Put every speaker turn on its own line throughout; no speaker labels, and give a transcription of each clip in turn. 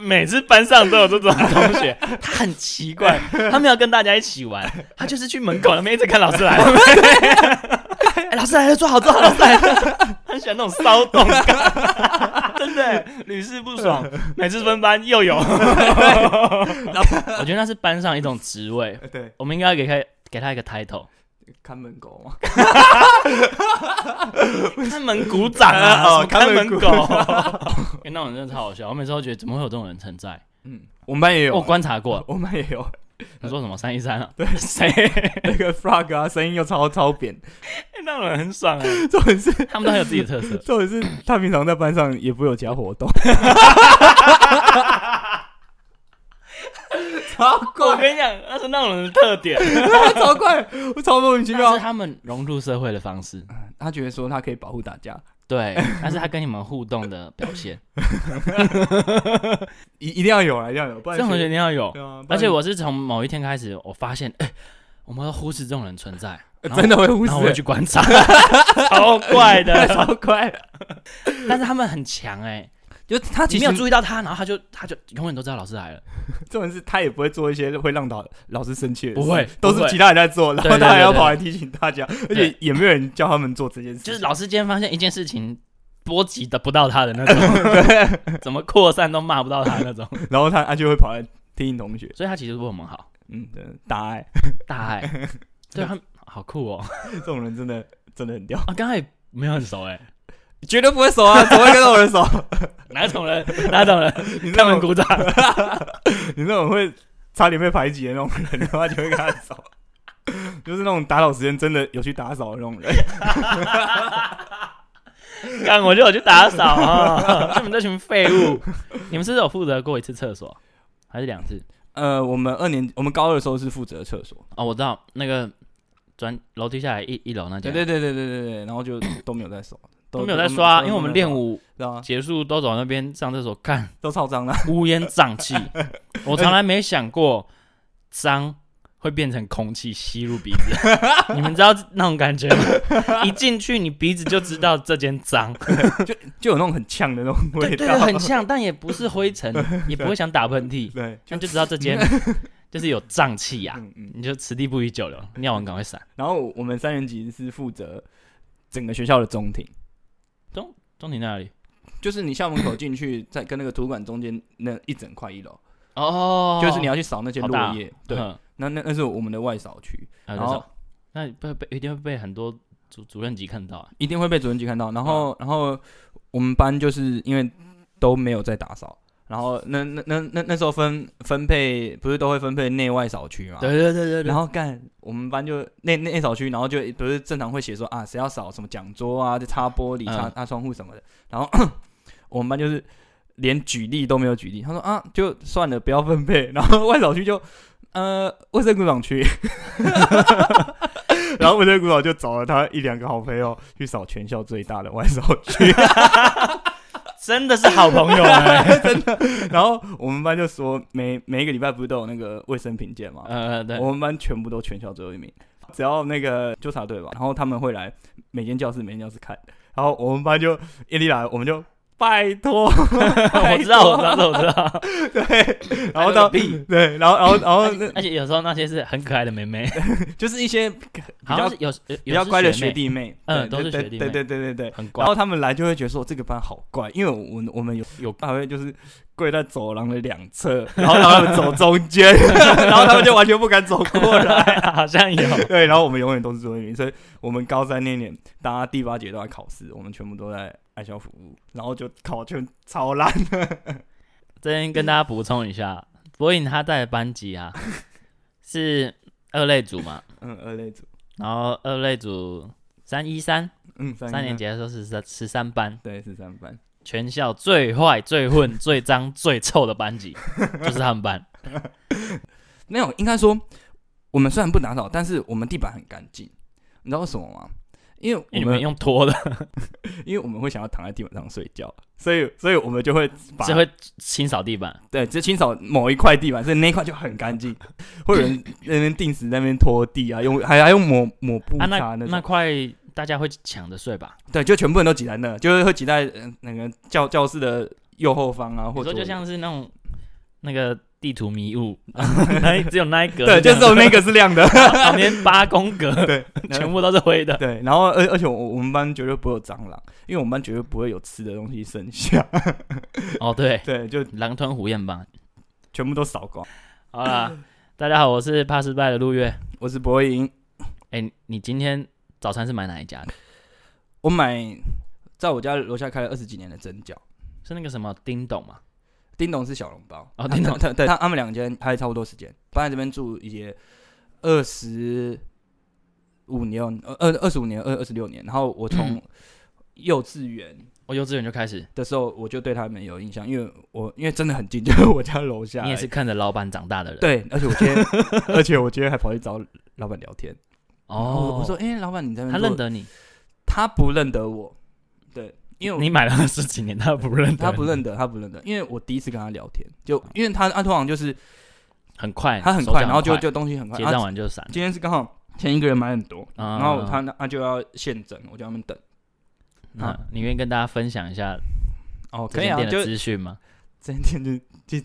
每次班上都有 这种同学，他很奇怪，他没有跟大家一起玩，他就是去门 口那边一直看老师来了。
啊
哎，老师来了，坐好，坐好，老师来 了。很喜欢那种骚动感， 真的屡试不 爽。每次分班又有， 我觉得那是班上一种职位，
呃对，
我们应该给他给他一个 title，
看门狗嘛，
看门鼓掌啊，
哦
什么看门
看门
狗
鼓。
哎那种人真的超好笑，我每次都觉得怎么会有这种人存在？
嗯，我们班也有
我
啊，嗯
观察过，
我们班也有
你说什么三一三啊？对， 谁？
那个 frog 啊，声音又超超扁，
欸那种人很爽啊，
重点是
他们都很有自己的特色。
重点是他平常在班上也不会有其他活动，超
我
怪，
跟你讲，那是那种人的特 点，
超怪，我超莫名其
那是
妙。
他们融入社会的方式。
他觉得说他可以保护大家，
对，那是他跟你们互动的表现。
一一定要有啊，一定要有，不
这
然
种同
学
学一定要有。
对啊，不然
而且我是从某一天开始，我发现，哎、我们要忽视这种人存在，
呃
然后
真的会忽
然后我会去
视，
观察，欸 超怪的。
超怪。
但是他们很强哎、
就他
你
其
没
实
有注意到他，然后他就他就永远都知道老师来了。
重点是他也不会做一些会让老老师生气的事，
不会
都
不
是
会
其他人在做，然
对
后
对
他还
对
要
对
跑来提醒大家，而且
对
也没有人叫他们做这件事，
就是老师今天发现一件事情。波及的不到他的那种， 怎么扩散都骂不到他那种，
然后他他就会跑来提醒同学，
所以他其实为我们好，
嗯，真的大爱，
大 爱，对他们好酷哦。
这种人真的真的很屌，
啊，刚才也没有很熟哎，
绝对不会熟啊，怎么会跟到我的手？
哪种 人？哪种人？
你
他
那
们
种
鼓掌。
你那种会差点被排挤的那种人的话，就会跟他熟。 就是那种打扫时间真的有去打扫的那种人，
干，我就有去打扫啊！你们这群废物，你们是不是有负责过一次厕所，还是两次？
呃，我们二年我们高二的时候是负责厕所，
哦，我知道那个转楼梯下来一一楼那
对
间，
对对对对对对，然后就都没有在扫，
都没有在刷，
都
因为我们练舞
对啊，
结束都走那边上厕所，看
都超脏的，
乌烟瘴 气。我从来没想过脏会变成空气吸入鼻 子，你们知道那种感觉 吗？一进去你鼻子就知道这间脏。
就有那种很呛的那种味
对对，
道，
对很像，但也不是灰尘， 也不会想打喷嚏，
对，
但就知道这 间就是有瘴气呀，
嗯嗯。
你就此地不宜久留，尿完赶快闪。
然后我们三年级是负责整个学校的中庭，
中庭那里
就是你校门口进去，在跟那个图书馆中间那一整块一楼，
哦
就是你要去扫那些
好
落
大
叶，对，
嗯啊
那那那是我们的外扫区，
然
然后
后那被被一定会被很多主主任级看到啊，
一定会被主任级看到。然
嗯
后，然后我们班就是因为都没有在打扫，然后那那那那那时候分分配不是都会分配内外扫区嘛？
对。对对对
然
后
后干，我们班就内内内扫区，然后就不是正常会写说啊，谁要扫什么讲桌啊，就擦玻璃、擦
嗯
擦窗户什么的。然后 我们班就是连举例都没有举例，他说啊，就算了，不要分配。 然后外扫区就呃卫生股长区， 然后卫生股长就找了他一两个好朋友去扫全校最大的外扫区。
真的是好朋友哎，
然后我们班就说每每一个礼拜不是都有那个卫生评鉴嘛，
呃对，
我们班全部都全校最后一名，只要那个纠察队吧，然后他们会来每间教室每间教室看，然后我们班就一立来我们就 拜托，
我知道我知道我知道，
对，然后到
拜托屁
对，然后然后然后那
而且有时候那些是很可爱的妹妹，
就是一些 比
好
较
像是有有
比较乖的学
学妹，
弟妹，
嗯
对
都是
对
学弟
对
妹
对对对对。
很乖
然，后他们来就会觉得说这个班好怪，因为我们我们有
有
还会就是跪在走廊的两 侧，然后让他们走中间，然后他们就完全不敢走过来。
好像有，
对，然后我们永远都是最后一名，所以我们高三那年，大家第八节都在考试，我们全部都在爱校服务，然后就考卷超烂。
这边跟大家补充一下，博颖他带的班级 啊是二类组嘛，
嗯，二类组，
然后二类组三一三
嗯，三
三年
级，
级的时候是十十三班，
对，是三班，
全校最坏、最 混、最脏、最臭的班级，就是他们班。
没有，应该说我们虽然不打扫，但是我们地板很干净，你知道为什么吗？因为我
因为你
们
们用拖的，
因为我们会想要躺在地板上睡觉，所以所以我们就会把
只会清扫地板。
对，只清扫某一块地板，所以那一块就很干净，会有人在那边定时在那边拖地啊，用还还用抹抹布
啊，
擦
那
种
那块大家会抢着睡吧？
对，就全部人都挤在那，就是会挤在呃那个教教室的右后方啊，
你
或者
说就像是那种那个地图迷 雾，那一只有那一格
对，
是
就
亮的，
是我那个是亮 的，
旁边八宫 格，
对，
全部都是灰的。
对，然后而而且我我们班绝对不会有蟑螂，因为我们班绝对不会有吃的东西 剩下，
哦，对，
对，就
狼吞虎咽吧。
全部都扫光。
好啦， 大家好，我是怕失败的陆月。
我是博莹，
哎、你今天早餐是买哪一家的？
我买在我家楼下开了二十几年的蒸饺，
是那个什么叮咚吗？
丁董是小笼包，啊
哦叮咚
他对他他们两间开差不多时间，搬在这边住也二十五年，呃二二十五年二二十六年，然后我
嗯
从幼稚园
我哦幼稚园就开始，
的时候我就对他们有印象，因为我因为真的很近，就是我家楼下而已，
你也是看着老板长大的人。，
啊对，而且我今天 而且我今天还跑去找老板聊天，然后
哦，
我说哎、老板你在那
他
边
认
做，
得你，
他不认得我，对，因为我
你买了二十几年，他不认得，
他不，认得，他不认得，因为我第一次跟他聊天，就因为他他通常就是
很快，
他很
哎手脚
快，然后就
快
就东西很快。
结
啊
账完就散。
今天是刚好前一个人买很多，
啊
然后他他就要现整，我叫他们等。
那你愿意跟大家分享一下
哦，
这
可以
间
啊，
店
就
的资讯吗？
这一天就其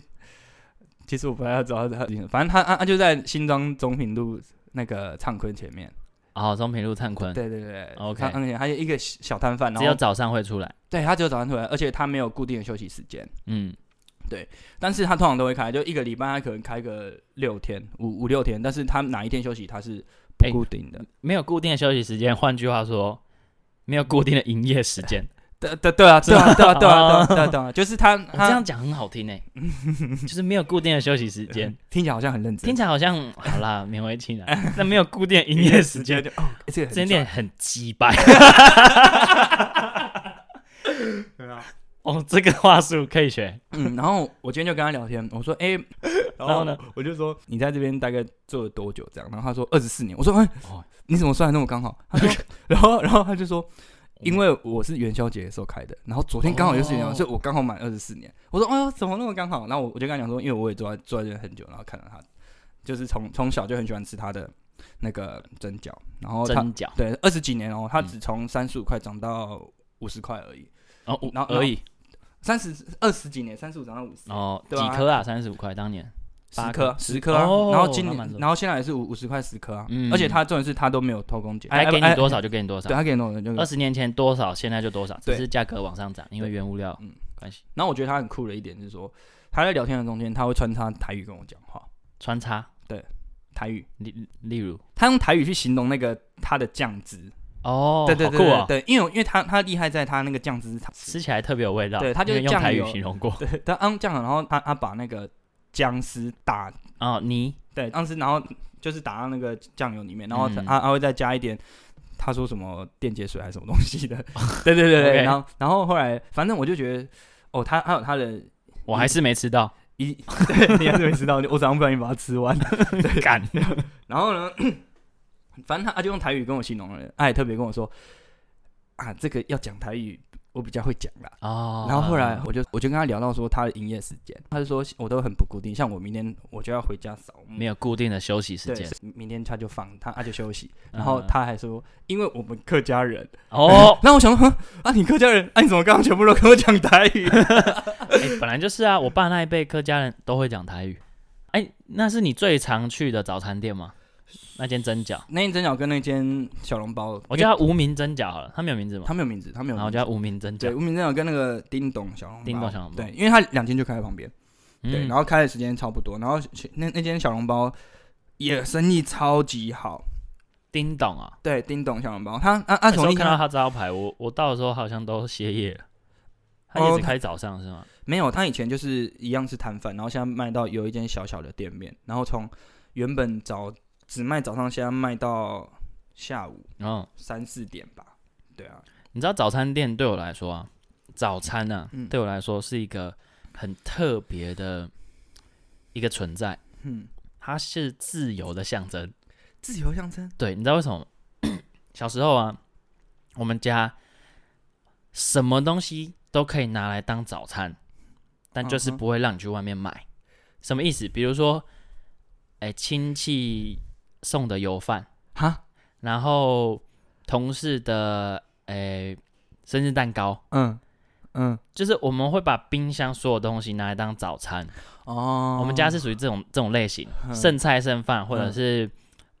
其实我本来要找他他，反正他他他就在新庄中平路那个畅坤前面。
哦，中平路灿坤，
对对对
OK
畅坤前还有一个小小摊贩，然
只有
后
早上会出来。
对他只有早上出来，而且他没有固定的休息时间。
嗯，
但是他通常都会开，就一个礼拜他可能开个六天、五五六天，但是他哪一天休息他是不
哎
固定的。
没有固定的休息时间，换句话说，没有固定的营业时间。
对对对啊，对啊，对啊，对啊，对啊对啊，对啊，就是他
我这
他
样讲很好听 诶，就是没有固定的休息时间，
听起来好像很认真，
听起来好像好啦，勉为其 难。那没有固定的营业时间，
就哦，哎
这
这个很
间店很鸡掰。
赚啊
哦，这个话术可以学。
嗯，然后我今天就跟他聊天，我说 哎，然
后呢，
我就说你在这边大概做了多久这样？然后他说二十四年，我说哎
哦，
你怎么算的那么刚好？他说，然后然后他就说。
嗯
因为我是元宵节的时候开的，然后昨天刚好又是元宵，
哦
所以我刚好满二十四年。我说，哎呦，怎么那么刚好？然后我我就跟他讲说，因为我也坐在坐在这边很久，然后看到他，就是从从小就很喜欢吃他的那个蒸饺，然后哦他
蒸饺
对二十几年哦，他
嗯
只从三十五块涨到五十块而已，
哦，五
然后
而已
三十二十几年，三十五涨到五十，
哦，几
对啊
颗啊？三十五块，当年
十
八
颗
颗
十颗啊，
哦
然后今
那蛮多
年然后现在也是五五十块十颗啊
嗯，
而且他重点是他都没有偷工减，
该给
哎
你
哎
多少就给你多少
对，他给你多少就
二十年前多少，现在就多少，只
对
是价格往上涨，因为原物料
嗯
关系
然后我觉得他很酷的一点是说，他在聊天的中间他会穿插台语跟我讲话，
穿插。
台语，
例例如
他用台语去形容那个他的酱汁，
哦，
对对
好
对
酷哦
对，对，因为我因为他他厉害在他那个酱汁，他
吃起来特别有味道。
对它就是
因为用台
酱
语
油
形容过。
对他按酱了，然后他他把那个姜丝打
哦，泥
对，当时然后就是打到那个酱油里面，然后他、
嗯
他他会再加一点，他说什么电解水还是什么东西的， 对对对
OK
对，然后然后后来反正我就觉得，哦，他还有他的
我还是没吃 到，
一，对，你还是没吃到，我早上不小心把它吃完，
干。
然后呢，反正他他就用台语跟我形容了，他也特别跟我说，啊，这个要讲台语我比较会讲啦。
哦，
然后后来我就我就跟他聊到说他的营业时间，他就说我都很不固定，像我明天我就要回家扫墓
没，有固定的休息时
对
间，，
明天他就放他他就休息，
嗯
然后他还说，因为我们客家人，，
哦
然后我想说，哼啊，你客家人，啊，你怎么刚刚全部都跟我讲台语？
哎本来就是啊，我爸那一辈客家人都会讲台语。哎，那是你最常去的早餐店吗？那间蒸饺，
那间蒸饺跟那间小笼包，
我哦
因为
叫它无名蒸饺好了，它没有名字吗？
他没有名字，他没有
然后我
名字，
叫它无名蒸
对，
饺。
无名蒸饺跟那个叮咚小笼包，
叮咚小笼包
对，因为他两间就开在旁边，对，
嗯
然后开的时间差不多，然后那那间小笼包也生意超级好，
叮咚啊，
对，叮咚小笼包，他啊啊，
那时
从
候
一
看到他招牌，我我到的时候好像都歇业了。他
哦
一直开早上是吗？
没有，他以前就是一样是摊贩，然后现在卖到有一间小小的店面，然后从原本早只卖早上，现在卖到下午
然后
三四点吧。对啊，
你知道早餐店对我来说啊，早餐呢、啊
嗯
对我来说是一个很特别的一个存在，
嗯，
它是自由的象征。
自由象征，
对，你知道为什么吗？ 小时候啊，我们家什么东西都可以拿来当早餐，但就是
嗯哼
不会让你去外面买。什么意思？比如说，哎，亲戚送的油饭，
哈，
然后同事的哎生日蛋糕，
嗯，嗯，
就是我们会把冰箱所有东西拿来当早餐。
哦，
我们家是属于这种这种类型，
嗯
剩菜剩饭，或者
嗯
是、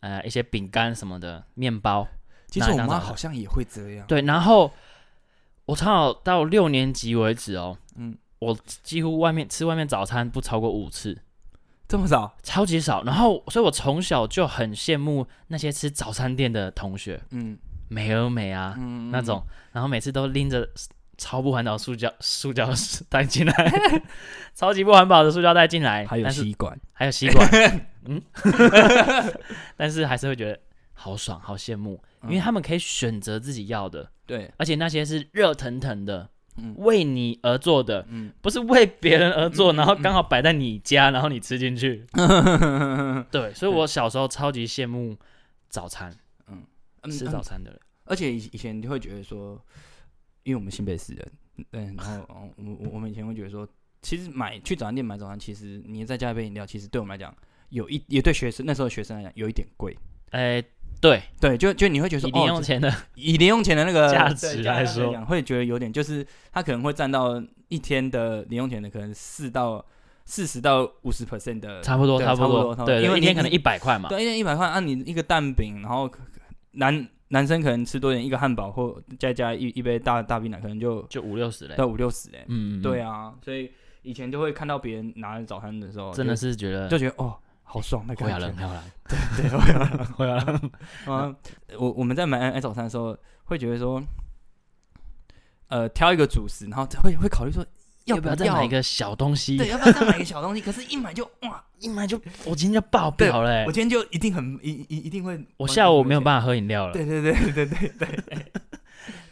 呃一些饼干什么的，面包。
其实我
拿来当
妈
早餐
好像也会这样，
对，然后我从小到六年级为止哦，
嗯
嗯，我几乎外面吃外面早餐不超过五次，
这么早，
超级少。然后，所以我从小就很羡慕那些吃早餐店的同学，
嗯
美而美啊、
嗯
那种，然后每次都拎着。超不环保塑胶塑胶袋进来， 超级不环保的塑胶袋进来，
还有
哎但是
吸管，
还有吸 管，嗯， 但是还是会觉得好爽，好羡慕，因为
嗯
他们可以选择自己要的，
对，
而且那些是热腾腾的，
嗯
为你而做的，
嗯，
不是为别人而做，然后刚好摆在你家，然后你吃进 去。对，所以我小时候超级羡慕早餐，
嗯
吃早餐的人。
而且以以前你会觉得说，因为我们新北市人，嗯，然后嗯我我我们以前会觉得说，其实买去早餐店买早餐，其实你再加一杯饮料，其实对我们来讲有一也对学生那时候的学生来讲有一点贵，
哎，对，
对，就就你会觉得说
以零用
哦，
钱的，
以零用钱的那个
价
对
值
价
来
值
说
讲会觉得有点就是他可能会占到一天的零用钱的可能四到四十到五十 percent 的，
差不多，
对
差不
差不多
多
差，不多
对，
因为
一天
你
可能一百块嘛，
对，一天一百块，按、你一个蛋饼，然后可男男生可能吃多一点一个汉堡或再加一一杯大大冰奶，可能就
就五六十嘞。
到五六十嘞。
嗯，
对啊，所以以前就会看到别人拿着早餐的时候，
真的是觉得
就就觉得哦，好爽那
会啊
感
人，
觉。
会啊人，
对，会啊
会啊人。
啊，我我们在买买早餐的时候，会觉得说，呃，挑一个主食，然后会会考虑说
要
不
不要再买一个小东西？
对，要啊不要再买一个小东西？可是，一买就哇，
一买就我今天就爆
对
表了欸
我，今天就一定很一一一定会，
我下午没有
法。
办法喝饮料了。
对对对对对对，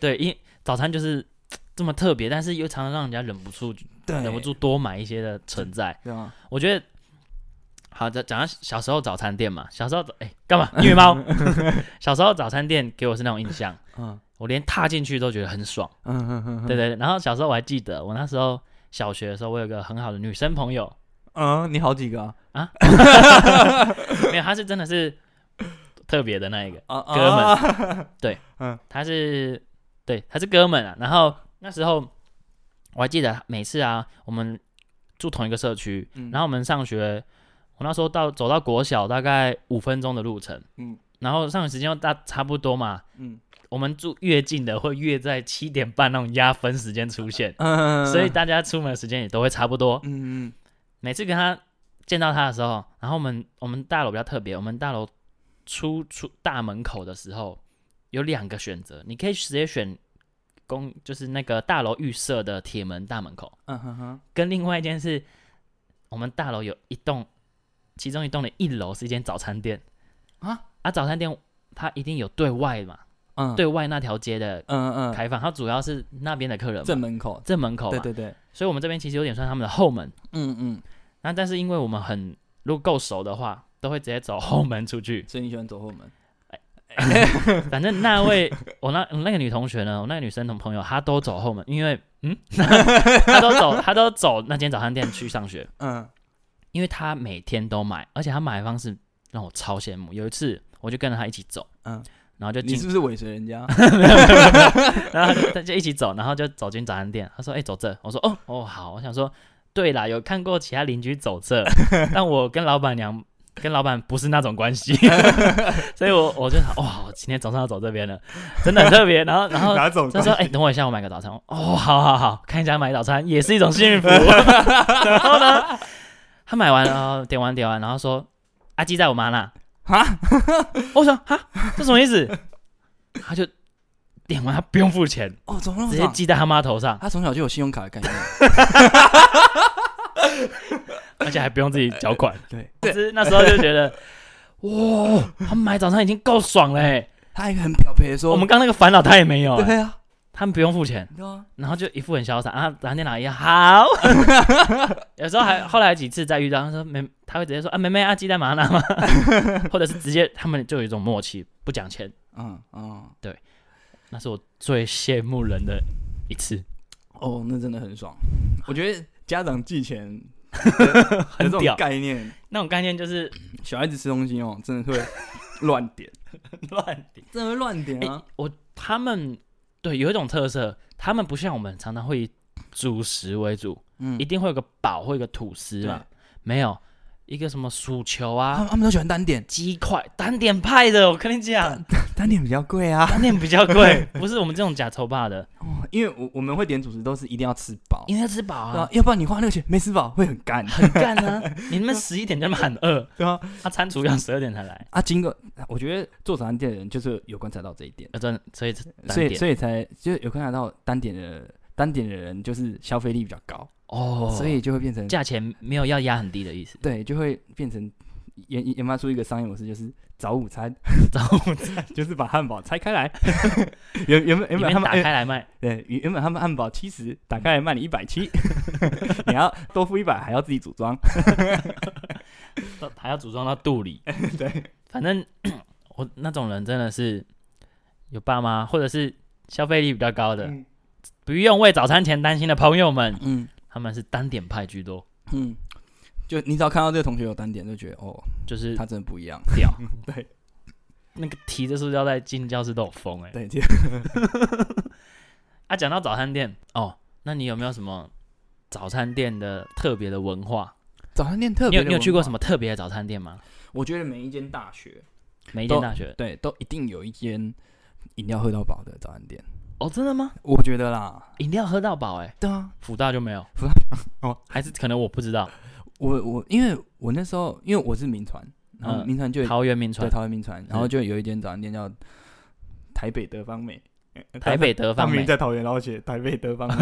对，因早餐就是这么特别，但是又常常让人家忍不住
对
忍不住多买一些的存在。
对吗？
我觉得，好的，讲到小时候早餐店嘛，小时候早哎干 嘛？因为猫， 小时候早餐店给我是那种印象，
嗯
我连踏进去都觉得很爽。
嗯嗯嗯，
对对，对然后小时候我还记得，我那时候小学的时候，我有个很好的女生朋友，
嗯，你好几个啊
没有，她是真的是特别的那一个，
啊
哥们
啊 嗯
他是对，他是哥们啊。然后那时候我还记得每次啊，我们住同一个社区，
嗯
然后我们上学，我那时候到走到国小大概五分钟的路程，
嗯
然后上学时间又大差不多嘛。
嗯
我们住越近的会越在七点半那种压分时间出现，
嗯，
所以大家出门的时间也都会差不多。
嗯嗯
每次跟他见到他的时候，然后我们我们大楼比较特别，我们大楼出出大门口的时候有两个选择，你可以直接选公，就是那个大楼预设的铁门大门口，
嗯哼哼，
跟另外一间是我们大楼有一栋，其中一栋的一楼是一间早餐店
啊
啊，早餐店它一定有对外嘛，
嗯
对外那条街的
嗯嗯
开放，它主要是那边的客人嘛
正门口，
正门口嘛，
对对对，
所以我们这边其实有点算他们的后门。
嗯嗯，。
那但是因为我们很如果够熟的话，都会直接走后门出去
所以你喜欢走后门，
反正那位我那我那个女同学呢，我那个女生同朋友，她都走后门，因为嗯， 她都走她都走那间早餐店去上学，
嗯
因为她每天都买，而且她买的方式让我超羡慕。有一次我就跟着她一起走，
嗯，
然后就
你
进
是不是尾随人家？
然后他就一起走，然后就走进早餐店。他说：“哎、走这。”我说：“哦，哦，好。”我想说，对啦，有看过其他邻居走这，但我跟老板娘、跟老板不是那种关系，所以我我就想，哇，我今天早上要走这边了，真的很特别。然后，然后
哪种
他说：“哎、等我一下，我买个早餐。”我哦，好好好，看一下买早餐也是一种幸福。然后呢，他买完了，点完点完，然后说：“阿基在我妈那。”
哈，
我想哈，这什么意思？他就点完，他不用付钱，
哦，怎么那么
直接
爽？
记在他妈头上，
他从小就有信用卡的概念，
而且还不用自己缴款。
对，
只是那时候就觉得，哇，他买早餐已经够爽了欸。
他还很漂白说，
我们刚那个烦恼他也没有欸，
对啊，
他们不用付钱，
对啊，
然后就一副很潇洒啊，蓝天老爷好。 有时候还后来几次再遇到，他说妹，他会直接说啊，妹妹啊，鸡蛋麻辣吗？ 或者是直接他们就有一种默契，不讲钱。
嗯嗯，
那是我最羡慕人的一次，
哦，那真的很爽，我觉得 家长寄钱
很
有这
屌
种。概念，
那种概念就是
小孩子吃东西哦，真的会乱点，
乱点。
真的会乱点
哎、
啊，
我他们对有一种特色，他们不像我们常常会主食为主，
嗯
一，定会有个饱，会有个吐司嘛，没有一个什么薯球
他
啊、
们他们都喜欢单点，
鸡块、单点派的，我跟你讲，
单点比较贵啊，
单点比较贵，不是我们这种假丑霸
哦
的，
因为我我们会点主食都是一定要吃饱，
因为要吃饱
对啊
啊，，
要不然你花那个钱没吃饱会很干，
很干啊， 你们十一点就他妈很饿，
对啊，
他餐厨要十二点才来，
啊，经过我觉得做早餐店的人就是有观察到这一点，
呃，真的所以单
所以
点
所以才就是有观察到单点的单点的人就是消费力比较高，
哦，
所以就会变成
价钱没有要压很低的意思，
对，就会变成研研发出一个商业模式，就是早午餐，
早午餐
就是把汉堡拆开来， 原原本
里
原
面
本
打
他们哎
开来卖，
对，原原本他们汉堡七十，打开来卖你一 百七，你要多付一百，还要自己组装。
到还要组装到肚里。
对，
反正 我那种人真的是有爸妈，或者是消费力比较高的，
嗯
不用为早餐钱担心的朋友们，
嗯
他们是单点派居多，
嗯，就你只要看到这个同学有单点，就觉得哦，
就是
他真的不一样。
屌。
对
那个提着塑胶袋进教室都有风哎、欸。
对，这
啊，讲到早餐店哦，那你有没有什么早餐店的特别的文化？
早餐店特
你
别，
有你有去过什
么？
么特别的早餐店吗？
我觉得每一间大学，
每一间
都
大学
对，都一定有一间饮料喝到饱的早餐店。
哦，真的吗？
我觉得啦，
饮料喝到饱哎、欸，
对啊，
福大就没有。
福大哦，
还是可能我不知道。
我我因为我那时候因为我是民传，然后
嗯
民传就有
桃园名
对
传，
桃园民传，然后就有一间早餐店叫台北德方美。
台北德
他
方
明
美
明在桃园，然后写台北德方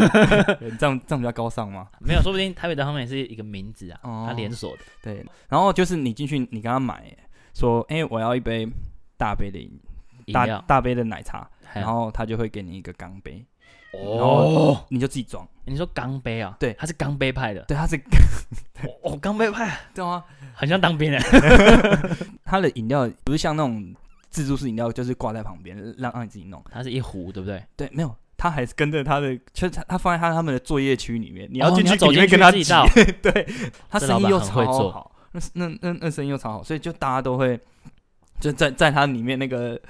美，这样这样比较高尚嘛。
没有，说不定台北的方面是一个名字啊，
哦
它连锁的。
对，然后就是你进去，你跟他买，说，哎、我要一杯大杯的饮
饮
大
料，
大杯的奶茶，
还
然
有
后他就会给你一个钢杯，然
哦，
你就自己装。
你说钢杯啊？
对
它是钢杯派的。
对，他是
哦，哦钢杯派
对啊，
很像当兵的。
他的饮料不是像那种自助式饮料，就是挂在旁边，让让你自己弄。
它是一壶，对不对？
对，没有，他还是跟着他的，就是他他放在他他们的作业区里面，你要
哦
进
你
去
走
里
进
面
去
跟他
自己
挤
倒
对，他
这
生意
老板
又
很
超
会做
好，那那那那生意又超好，所以就大家都会就在在他里面那个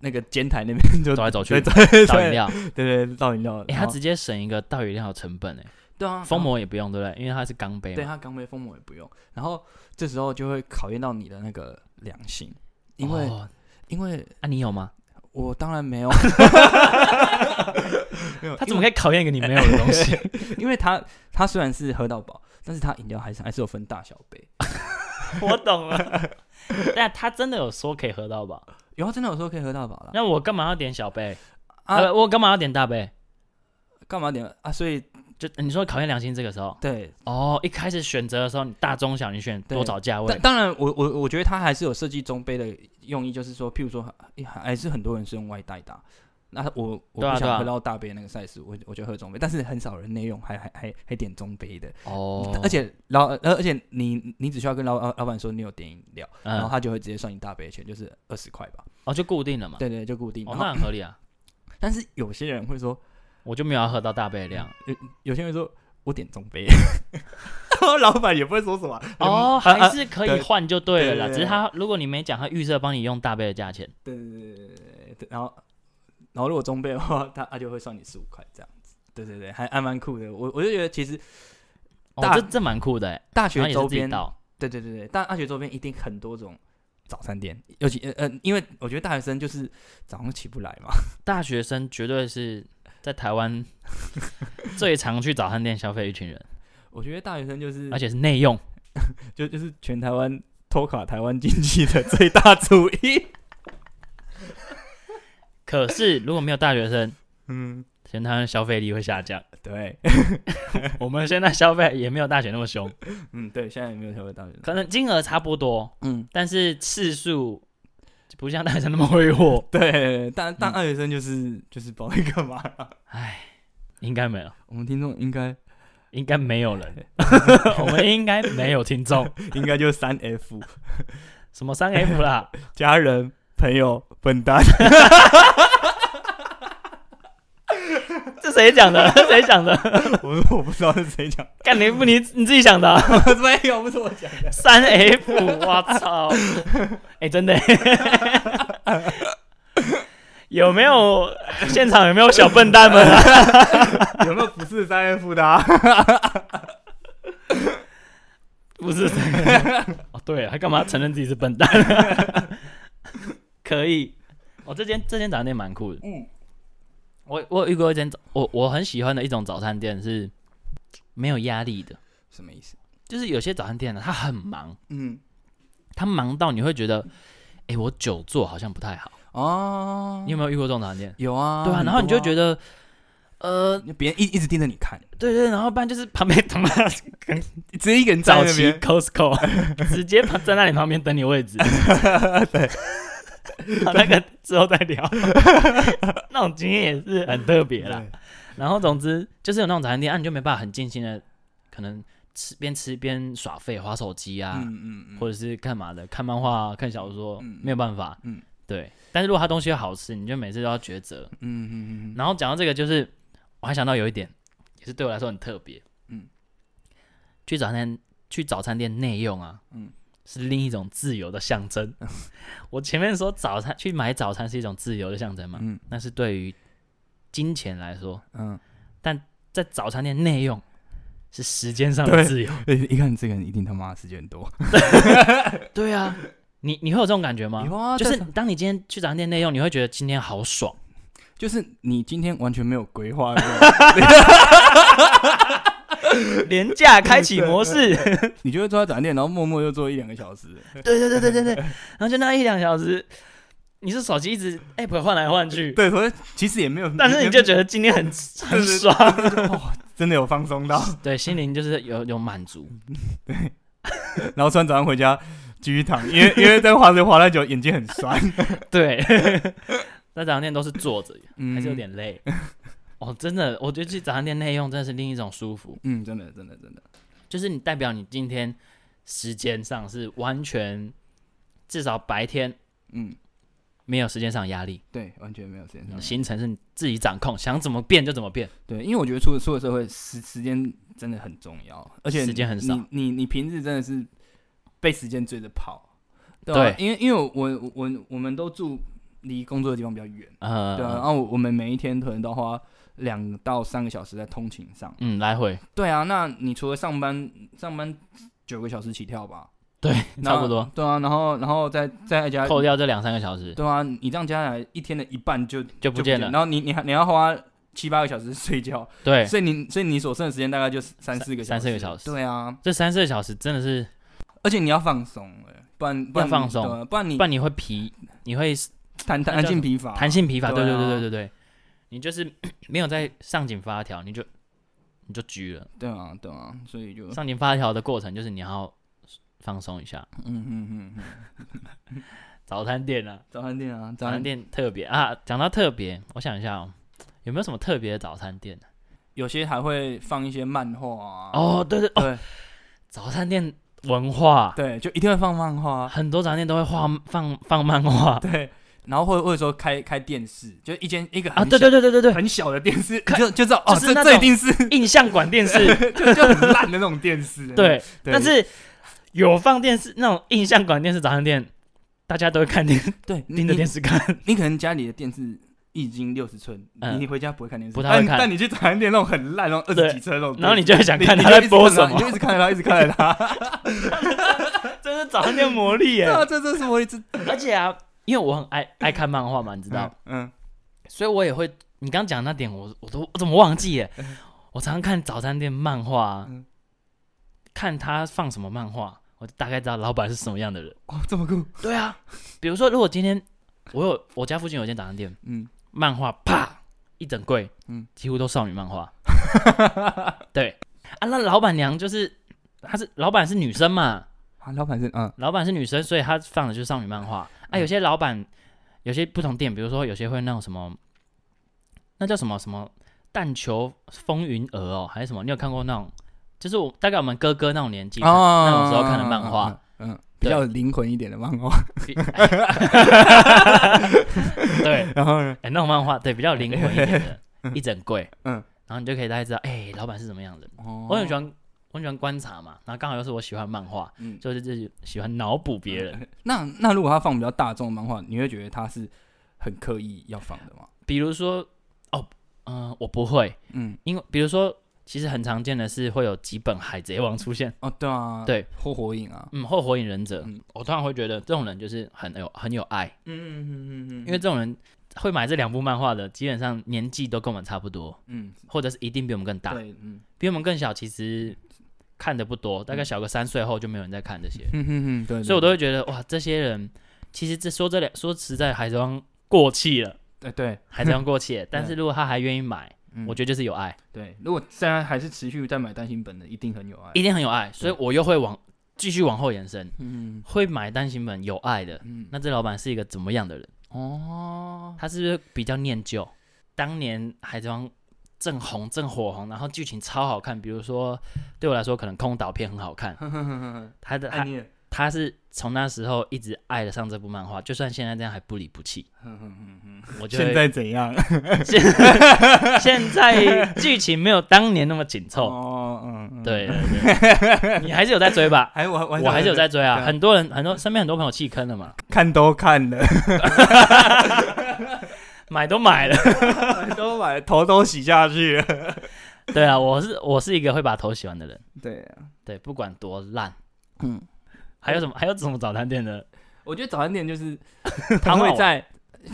那个煎台那边就
走来走去
对 对哦
倒
对
饮料，
对对倒饮料，
哎，
然
它
后
直接省一个倒饮料的成本哎，
对啊
封
然后
膜也不用，对不对？因为它是钢杯
对
嘛。
他钢杯封膜也不用，然后这时候就会考验到你的那个良心，因为、
哦
因为
啊，你有吗？
我当 然没有，没有
他怎么可以考验一个你没有的东 西？
因为他他虽然是喝到饱，但是他饮料还是还是有分大小杯。
我懂 了。但他真的有说可以喝到饱，
有啊，真的有时候可以喝到饱了。
那我干嘛要点小杯？
啊
呃，我干嘛要点大杯？
干嘛点啊？所以
就你说考验良心这个时候，
对，
哦，一开始选择的时候，你大中小你选
对
多少价
但
位？
当然我，我我觉得他还是有设计中杯的用意，就是说，譬如说，还还是很多人是用外带的啊。那我我
对啊对啊
不想喝到大杯那个 size，我我就喝中杯，但是很少人内用还还还还点中杯的，
哦
而且老呃而且你你只需要跟老老老板说你有点饮料，然后
嗯，
他就会直接算你大杯的钱，就是二十块吧，
哦，就固定了嘛。
对对，就固定。
哦，
然后
那很合理啊。
但是有些人会说，
我就没有要喝到大杯的 量。
有些人说我点中杯， 老板也不会说什么
哦，
嗯啊
还
啊
是可以
对
换就对了啦。
对对对
只是他如果你没讲，他预设帮你用大杯的价钱。
对对对对对对，然后然后如果中杯的话，他他就会算你十五块这样子。对对对，还还蛮酷的。我我就觉得其实
哦，
大
这这蛮酷的哎。
大
然后
学
也是
周
自己
边，
倒。
对对对对，大大学周边一定很多种早餐店，尤其呃呃，因为我觉得大学生就是早上起不来嘛，
大学生绝对是在台湾最常去早餐店消费的一群人，
我觉得大学生就是
而且是内用。
就就是全台湾拖垮台湾经济的最大主因。
可是如果没有大学生，
嗯，
全台湾消费力会下 降。
对，
我们现在消费也没有大学那么凶，
嗯对，现在也没有消费大学生。
可能金额差不多，
嗯，。
但是次数就不像大学生那么挥霍
对，但但
嗯
大学生就是、就是不知道在干嘛啦。
唉，应该没有，
我们听众应该
应该没有人，我们应该没有听众。
应该就三 F。
什么三 F 啦？
家人、朋友、笨蛋，
这谁讲的？谁讲的？
我 我 不知道是谁讲
干你不你你自己想的啊、
的，没有，不是我讲的。
三 F，我操！哎、真的、有没有现场有没有小笨蛋们啊？
有没有不是三 F 的、啊？
不是这个 哦，对，他干嘛承认自己是笨蛋？ 可以，哦，这间这间早餐店蛮酷的。
嗯，
我我有遇过一间早，我我很喜欢的一种早餐店是没有压力的，
什么意思？
就是有些早餐店呢，他很忙，
嗯，
他忙到你会觉得，哎，我久坐好像不太好。
哦，
你有没有遇过这种早餐店？
有啊，
对啊，然后你就觉
得
得，呃，
别人一一直盯着你看，
对对，然后不然就是旁边他妈
只有一个人
早
在那
期
边
Costco 直接旁站在你旁边等你位置。 对，好，那个之后再聊。 那种经验也是很特别啦。然后总之就是有那种早餐店，啊，你就没办法很尽情的，可能吃边吃边耍废、划手机
对
啊，
嗯嗯
或者是干嘛的，看漫画、啊、看小说，
嗯
没有办法。
嗯
对。但是如果它东西又好吃，你就每次都要抉择。
嗯嗯嗯
然后讲到这个，就是我还想到有一点，也是对我来说很特别。
嗯
嗯，去早餐去早餐店内用啊，
嗯
嗯，是另一种自由的象征。 我前面说早餐去买早餐是一种自由的象征嘛，
嗯
那是对于金钱来说，
嗯
在早餐店内用是时间上的自由。
嗯，一看这个人一定他妈时间很多，
对啊， 你你会有这种感觉吗？
啊
嗯就是当你今天去早餐店内用，你会觉得今天好 爽。
就是你今天完全没有 规划，
廉价开启模式，
你就会坐在早餐店，然后默默就坐一两个小时，
对对对对对对，然后就那一两小时，你是手机一直 app 换来换去，
对，所以其实也没有，
但是你就觉得今天很很
对对
爽，
真的有放松到，
对，心灵就是有有满足，
然后吃完早餐回家继续躺，因为 因为在滑水滑太久，眼睛很酸，
对。那早餐店都是坐着，
嗯
还是有，点累。哦，真的，我觉得去早餐店内用真的是另一种舒服，
嗯，真的真的真的，
就是你代表你今天时间上是完全，至少白天
嗯，
没有时间上压力，
对，完全没有时间上。
行程是你自己掌控，想怎么变就怎么变。
对，因为我觉得出出了社会，时时间真的很重要，而且
时间很少
你你你平日真的是被时间追着跑，对啊、因为因为我我我我们都住离工作的地方比较远，
呃，
对啊、然后我我们每一天可能都花两到三个小时在通勤上，
嗯，来回，
对啊，那你除了上班上班九个小时起跳吧，
对，
那
差不多，，
对啊，然后然后再再加
扣掉这两三个小时
啊对啊，你这样加起来一天的一半就
就不见了。
然后你你还你要花七八个小时睡觉。
对，
所以你所以你所剩的时间大概就是三四个小
三
时
四个小时
对啊，
这三四个小时真的是，
而且你要放松了，不然不然
要放松
对啊不然你
不然你会疲，你会
弹弹
那
弹
叫
性疲乏，
弹性疲乏。
啊对
对
啊
对对对对对，你就是没有在上紧发条，你就你就狙了。
对啊对啊，所以就嗯
上紧发条的过程就是你要放松一下。
嗯嗯嗯，
早餐店啊，
早餐店啊，
早餐店特别啊，讲到特别，我想一下哦，有没有什么特别的早餐店呢？啊
有些还会放一些漫画啊，
哦，对对哦，
对
早餐店文化，
对，就一定会放漫画，啊
很多早餐店都会画放放漫画
对，然后或或者说开开电视，就一间一个
啊，
很
对对对对对对，
很小的电视，就就知道哦，
就是
这
那
这一
种
定是
印象馆电视，
就就很烂的那种电视，
对，
对，
但是有放电视那种印象馆电视早餐店，大家都会看电
对你
盯着
你
电视看，
你可能家里的电视已经六十寸，
嗯
你回家不会看电视，
不太会
但
看
但你去早餐店那种很烂，那种二十几寸那种电视，
然后你就会想看
你
他在播
你就
什么，
一直看它你就一直看着它，一直看着 它。
这是早餐店魔力耶
对！啊，这这是我一直
而且啊，因为我很爱爱看漫画嘛，你知道，，
嗯
所以我也会，你刚讲那点我我都我怎么忘记耶？我常常看早餐店漫画啊
嗯，
看他放什么漫画，我就大概知道老板是什么样的人。
嗯，哦，这么酷，
对啊，比如说如果今天我有我家附近有一间早餐店。
嗯
漫画啪一整柜，
嗯
嗯，几乎都少女漫画。 对啊，那老板娘就是她是老板是女生嘛，
啊，老板是嗯
老板是女生，所以她放的就是少女漫画啊。
嗯
有些老板有些不同店，比如说有些会那种什么，那叫什么什么蛋球风云鹅哦，还是什么？你有看过那种？就是我大概我们哥哥那种年纪，那种时候看的漫画，，
哦嗯嗯，嗯比较有灵魂一点的漫画，
对，
然后呢，
哎、那种漫画对比较有灵魂一点的，一整柜，
嗯
嗯，然后你就可以大概知道，哎、老板是什么样子。我
我
很喜，欢，我很喜欢观察嘛，然后刚好又是我喜欢漫画，
嗯，
就是自己喜欢脑补别人。
那那如果他放比较大众的漫画，你会觉得他是很刻意要放的吗？
比如说，哦，嗯、我不会，
嗯，
因为比如说，其实很常见的是会有几本《海贼王》出现，
哦，对啊，
对，
或火影啊，
嗯，或《火影忍者》
嗯
我通常会觉得这种人就是很有很有爱，
嗯嗯嗯嗯
因为这种人会买这两部漫画的，基本上年纪都跟我们差不多，
嗯
或者是一定比我们更大，
对，嗯
比我们更小，其实看的不多，大概小个三岁后就没有人在看这些，
嗯嗯嗯，对，
所以我都会觉得哇，这些人其实这说这两说实在，《海贼王》过气了，《
对哎对，
海贼王》过 气了，但是如果他还愿意买，我觉得
觉
就是有爱，
得对，如果现在还是持续在买单行本的，一定很有爱，
一定很有爱，所以我又会往继续往后延伸，
嗯
会买单行本有爱的，
嗯，
那这老板是一个怎么样的人？
哦，
他是不是比较念旧？当年《海贼王》正红正火红，然后剧情超好看，比如说对我来说，可能空岛片很好看，他的
爱
他
哎你，
他是从那时候一直爱得上这部漫画，就算现在这样还不离不弃，我觉得
在怎样？
嗯现 现在剧情没有当年那么紧凑，
哦，嗯，嗯，
对对对， 你还是有在追吧？
还我还
我还是有在追啊，
对啊
很多人很多身边很多朋友弃坑了嘛，
看都看 了，
买都买 了。
都买头都洗下去了，
对啊，我是我是一个会把头洗完的人，
对啊，
对，不管多烂。
嗯。
还有什么？还有什么早餐店 的？
我觉得早餐店就是 他
很好
会
玩
在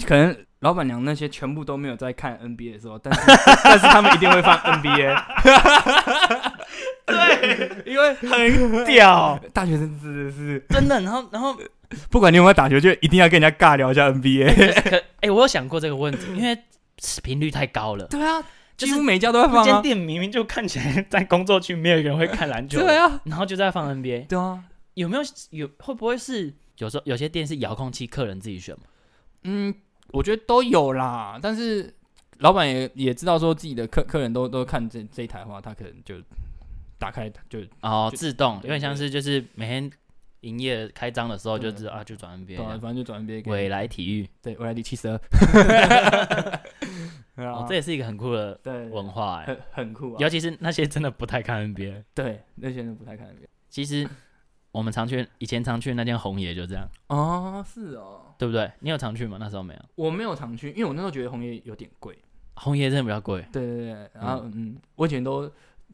可能老板娘那些全部都没有在看 NBA 的时候， 但是但是他们一定会放 NBA。对，因为
很屌，
大学生真的是
真的。然后，然后，
不管你有没有打球，就一定要跟人家尬聊一下 NBA。
可哎、我有想过这个问题，因为频率太高了。
对啊，
就是
几乎每家都在
那
放
间
啊。
店明明就看起来在工作区，没有人会看篮球，
对啊，
然后就在放 NBA，
对啊，
有没有有会不会是有时候有些店是遥控器，客人自己选嘛？
嗯，我觉得都有啦，但是。老板也也知道说自己的客客人都都看这这一台的话，他可能就打开就
哦，
就
自动，有
对
点像是就是每天营业开张的时候就
对
知道啊，就转
对啊
NBA，
反正就转 NBA 给
未来体育，
对未来第 七十二，对啊
哦，这也是一个很酷的
对
文化哎，
很很酷啊。
尤其是那些真的不太看 NBA，
对，那些人不太看 NBA。
其实我们常去以前常去那间红爷就这样。
哦，是哦，
对不对？你有常去吗？那时候没有。
我没有常去，因为我那时候觉得红叶有点贵。
红叶真的比较贵，
对对对，然后嗯我以前都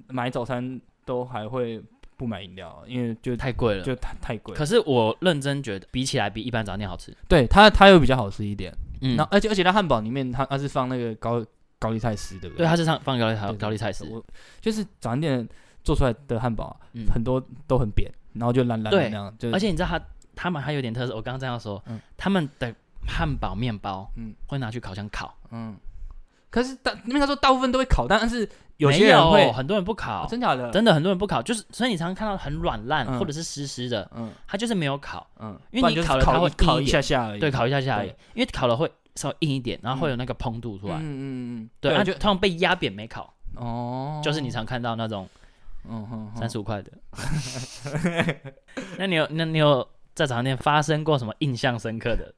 买早餐都还会不买饮料，因为就
太贵了。
就太太贵。
可是我认真觉得，比起来比一般早餐店好吃。
对它它又比较好吃一点，
嗯
那、，而且而且它汉堡里面它它是放那个高高丽菜丝，对不
对，
对，
它是上放高丽菜
对
高丽菜丝，
我就是早餐店做出来的汉堡啊、
嗯
很多都很扁，然后就烂烂的
对
那样，就
而且你知道它他们还有点特色，我刚刚这样说
嗯，
他们的汉堡面包
嗯
会拿去烤箱烤，
嗯，可是大应该说大部分都会烤，但是有
没
些人会。
很多人不
哦
烤，
真假的？
真的很多人不烤，就是所以你常常看到很软烂
嗯
或者是湿湿的，
嗯
它就是没有烤，
嗯，
因为
不然
你
就是
烤了它
烤
会
一烤
硬一
一下下而已。
对，烤一下下而已
对，
因为烤了会稍微硬一点，然后会有那个蓬度出
嗯
来，
嗯嗯，
对，它
就
通常被压扁没烤，
哦，
就是你常看到那种。
嗯哼哼
三十五 块的。那你有那你有在早餐店发生过什么印象深刻的？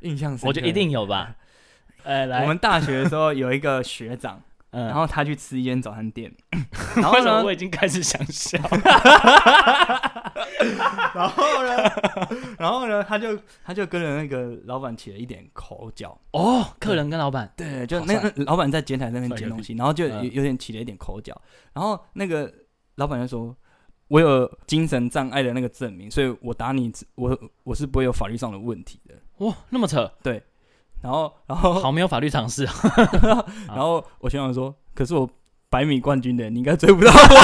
印象深刻。
我觉得一定有 吧。呃，
我
来，
们大学的时候有一个学长，
嗯
然后他去吃一间早 餐店，然后
为什么
呢，
我已经开始想笑？
然后呢，然后呢，他就他就跟着那个老板起了一点口角，
哦，客人跟老板，
对，就
好
那
帅
那老板在前台那边
帅
捡
个
东西，然后就有
嗯
有点起了一点口角，然后那个老板就说：“我有精神障碍的那个证明，所以我打你，我我是不会有法律上的问题的。
哇，那么扯，”
然后，然后，
好没有法律常 识啊！
然后我学长说：“可是我百米冠军的，你应该追不到我。”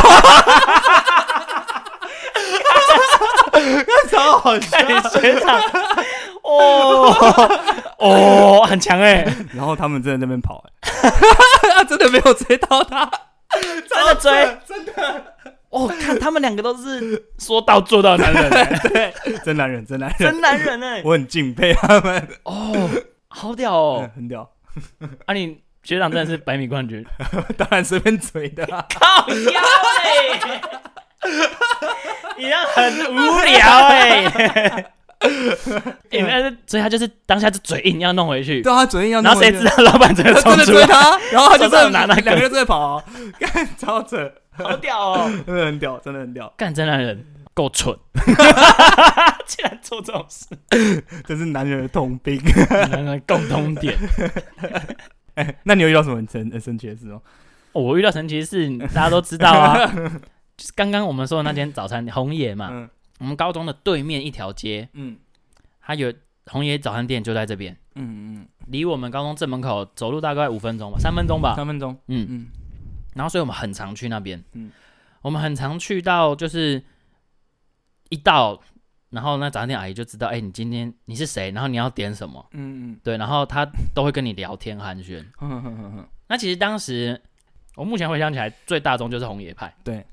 超好笑。
学长，哦哦，很强哎，
然后他们真的在那边跑、欸， 真的没有追到他，
真的 追，真的。哦，看他们两个都是说到做到的男 人欸，
真男人，真男人，
真男人哎！
我很敬佩他们，
哦，好屌哦！
很屌。
啊，你学长真的是百米冠军，
当然随便追的、啊。
靠腰哎、你这样很无聊 哎、你那是所以他就是当下就嘴硬要弄回去，
对啊，昨天要
然后谁知道老 板真的
他
冲
真的
出
追
来，
他，啊然后他就
手上
真
拿那
的
个
两个人在跑、啊，干超扯，
好屌哦！
真的很屌，真的很屌。
干真男人，够 蠢，竟然做这种事，
这是男人的通病。
共通点。
哎，那你有遇到什么很神很神奇的事吗？
哦我遇到神奇的事，大家都知道 啊，就是刚刚我们说的那间早餐店红野嘛，
嗯
我们高中的对面一条街，
嗯
它有红野早餐店就在这边，
嗯
离我们高中正门口走路大概五分钟吧，三分钟
嗯，
吧，
三分钟。
嗯。
嗯
然后所以我们很常去那边，
嗯
我们很常去到就是一到，然后那早餐店阿姨就知道，哎、你今天你是谁，然后你要点什么，
嗯嗯
对，然后她都会跟你聊天寒暄。
嗯嗯嗯，
那其实当时我目前回想起来，最大宗就是红野派，
对，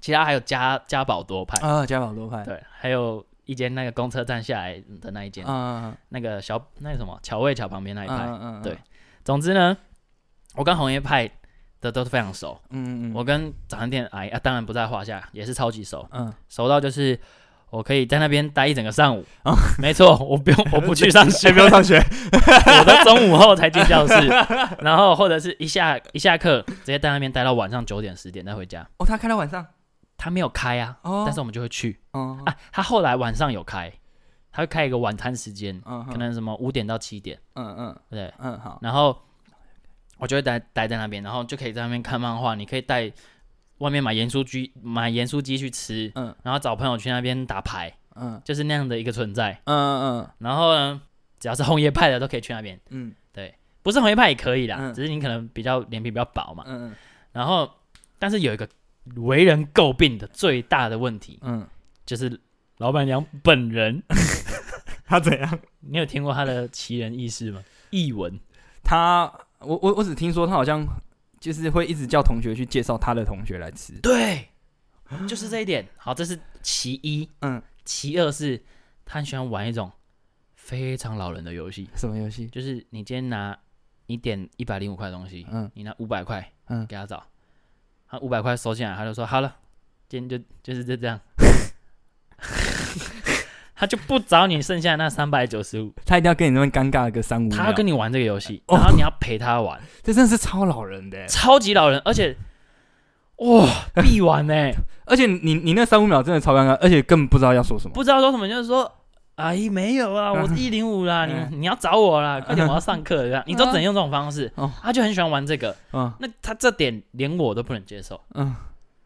其他还有家家宝多派，
啊，加宝多派。
对，还有一间那个公车站下来的那一间，
啊，
那个小那个什么巧味桥旁边那一派。
嗯嗯，
总之呢，我跟红叶派的都非常熟，
嗯嗯，
我跟早餐店阿姨啊，当然不在话下，也是超级熟，
嗯
熟到就是我可以在那边待一整个上午。
哦
没错，我不 用，我不去上学，
不用上学。
我到中午后才进教室， 然后或者是一下一下课直接在那边待到晚上九点十点再回家。
哦，他开到晚上。
他没有开啊，
哦，
但是我们就会去
哦，
啊。他后来晚上有开，他会开一个晚餐时间，
嗯，
可能什么五点到七点，
嗯嗯
对。
嗯好，
然后我就会待待在那边，然后就可以在那边看漫画，你可以带外面买盐酥鸡买盐酥鸡去吃，
嗯
然后找朋友去那边打牌，
嗯
就是那样的一个存在。
嗯嗯
然后呢，只要是红叶派的都可以去那边，
嗯
不是红叶派也可以啦，
嗯
只是你可能比较脸皮比较薄嘛。
嗯
然后，但是有一个为人诟病的最大的问题
嗯，
就是老板娘本人，
他怎样？
你有听过她的奇人异事吗？译文
他，我我我只听说他好像就是会一直叫同学去介绍他的同学来吃。
对，就是这一点。好，这是其一。
嗯，
其二是他很喜欢玩一种非常老人的游戏，
什么游戏？
就是你今天拿你点一百零五块的东西，
嗯
你拿五百块，
嗯
给他找，他五百块收进来，他就说好了，今天就就是就这样， 他就不找你剩下那三百九十五，
他一定要跟你那边尴尬个三五
他
秒
要。跟你玩这个游戏，
哦
然后你要陪他 玩，
这真的是超老人的欸，
超级老人，而且哇、必玩欸呢、
而且你你那三五秒真的超尴尬，而且根本不知道要说什么。
不知道说什么，就是说。阿姨没有啊，
嗯
我一零五啦，你你要找我啦，快点，我要上课 这样，你都只能用这种方式
哦，
他就很喜欢玩这个，
嗯
那他这点连我都不能接受，
嗯，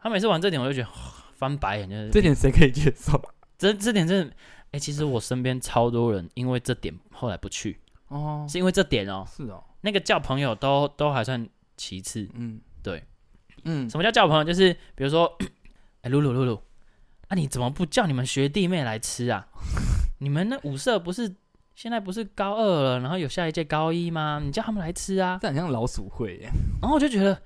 他每次玩这点我就觉得、 哦翻白眼，就是
这点谁可以接受？
这这点真的，哎、其实我身边超多人因为这点后来不去，
哦，
是因为这点 哦、
是哦，
那个叫朋友都都还算其次。
嗯，
对，
嗯
什么叫叫朋友？就是比如说， 哎、露露露露，啊，你怎么不叫你们学弟妹来吃啊？ 你们那五社不是现在不是高二了，然后有下一届高一吗？你叫他们来吃啊。
这很像老鼠会欸耶。
然后我就觉得，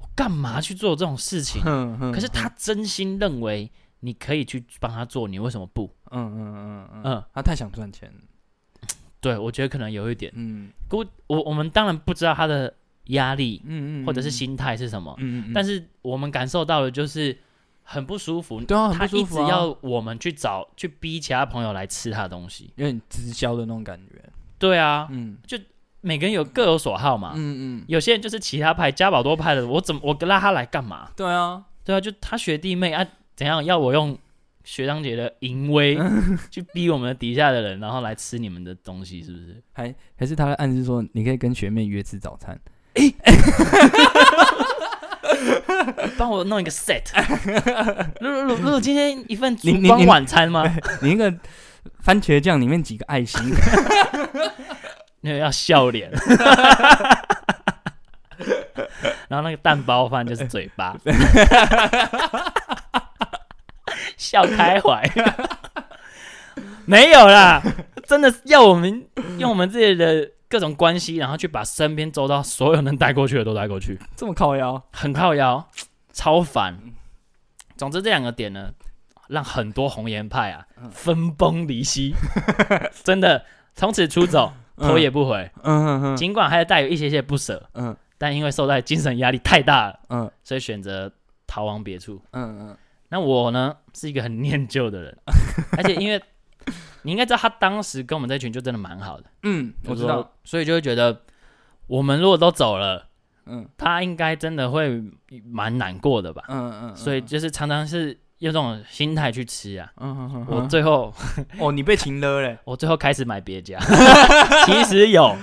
我干嘛去做这种事情？
哼哼
嗯可是他真心认为你可以去帮他做，你为什么不？
嗯嗯嗯嗯，
嗯，
他太想赚钱了。
对，我觉得可能有一点。
嗯
估我我们当然不知道他的压力
嗯嗯，
或者是
嗯，
心态是什么，
嗯嗯嗯，
但是我们感受到的就是很不舒服。
对啊，很
他
不
一
舒
直
服啊
要我们去找去逼其他朋友来吃他的东西。
有点直销的那种感觉。
对啊，
嗯
每个人有各有所好嘛。
嗯嗯，
有些人就是其他派、加宝多派的，我怎么我拉他来干嘛？
对啊，
对啊，就他学弟妹啊，怎样要我用学长姐的淫威
嗯
去逼我们底下的人，然后来吃你们的东西，是不是？
还还是他在暗示说，你可以跟学妹约吃早餐。
帮我弄一个 set。露露露露露，今天一份烛
你你
光
你
晚餐吗？
你那个 番茄酱里面几个爱心，
那个要笑脸。 然后那个蛋包饭就是嘴巴，笑开怀。没有啦，真的是要我们用我们自己的各种关系，然后去把身边周到所有能带过去的都带过去，
这么靠腰。
很靠腰，超烦。总之这两个点呢，让很多红颜派啊分崩离析，真的从此出走，头也不回。
嗯嗯
尽管还带有一些些不舍，
嗯
但因为受到精神压力太大了，
嗯
所以选择逃往别处。
嗯
那我呢，是一个很念旧的 人，而且因为你应该知道，他当时跟我们这群就真的蛮好的，
嗯，我知
就是
道。
说，所以就会觉得我们如果都走了，
嗯
他应该真的会蛮难过的吧。
嗯嗯，
所以就是常常是用这种心态去吃啊。
嗯哼哼
我
哼，
最后
哦，你被擒 了嘞，
我最后开始买别 家，其实有。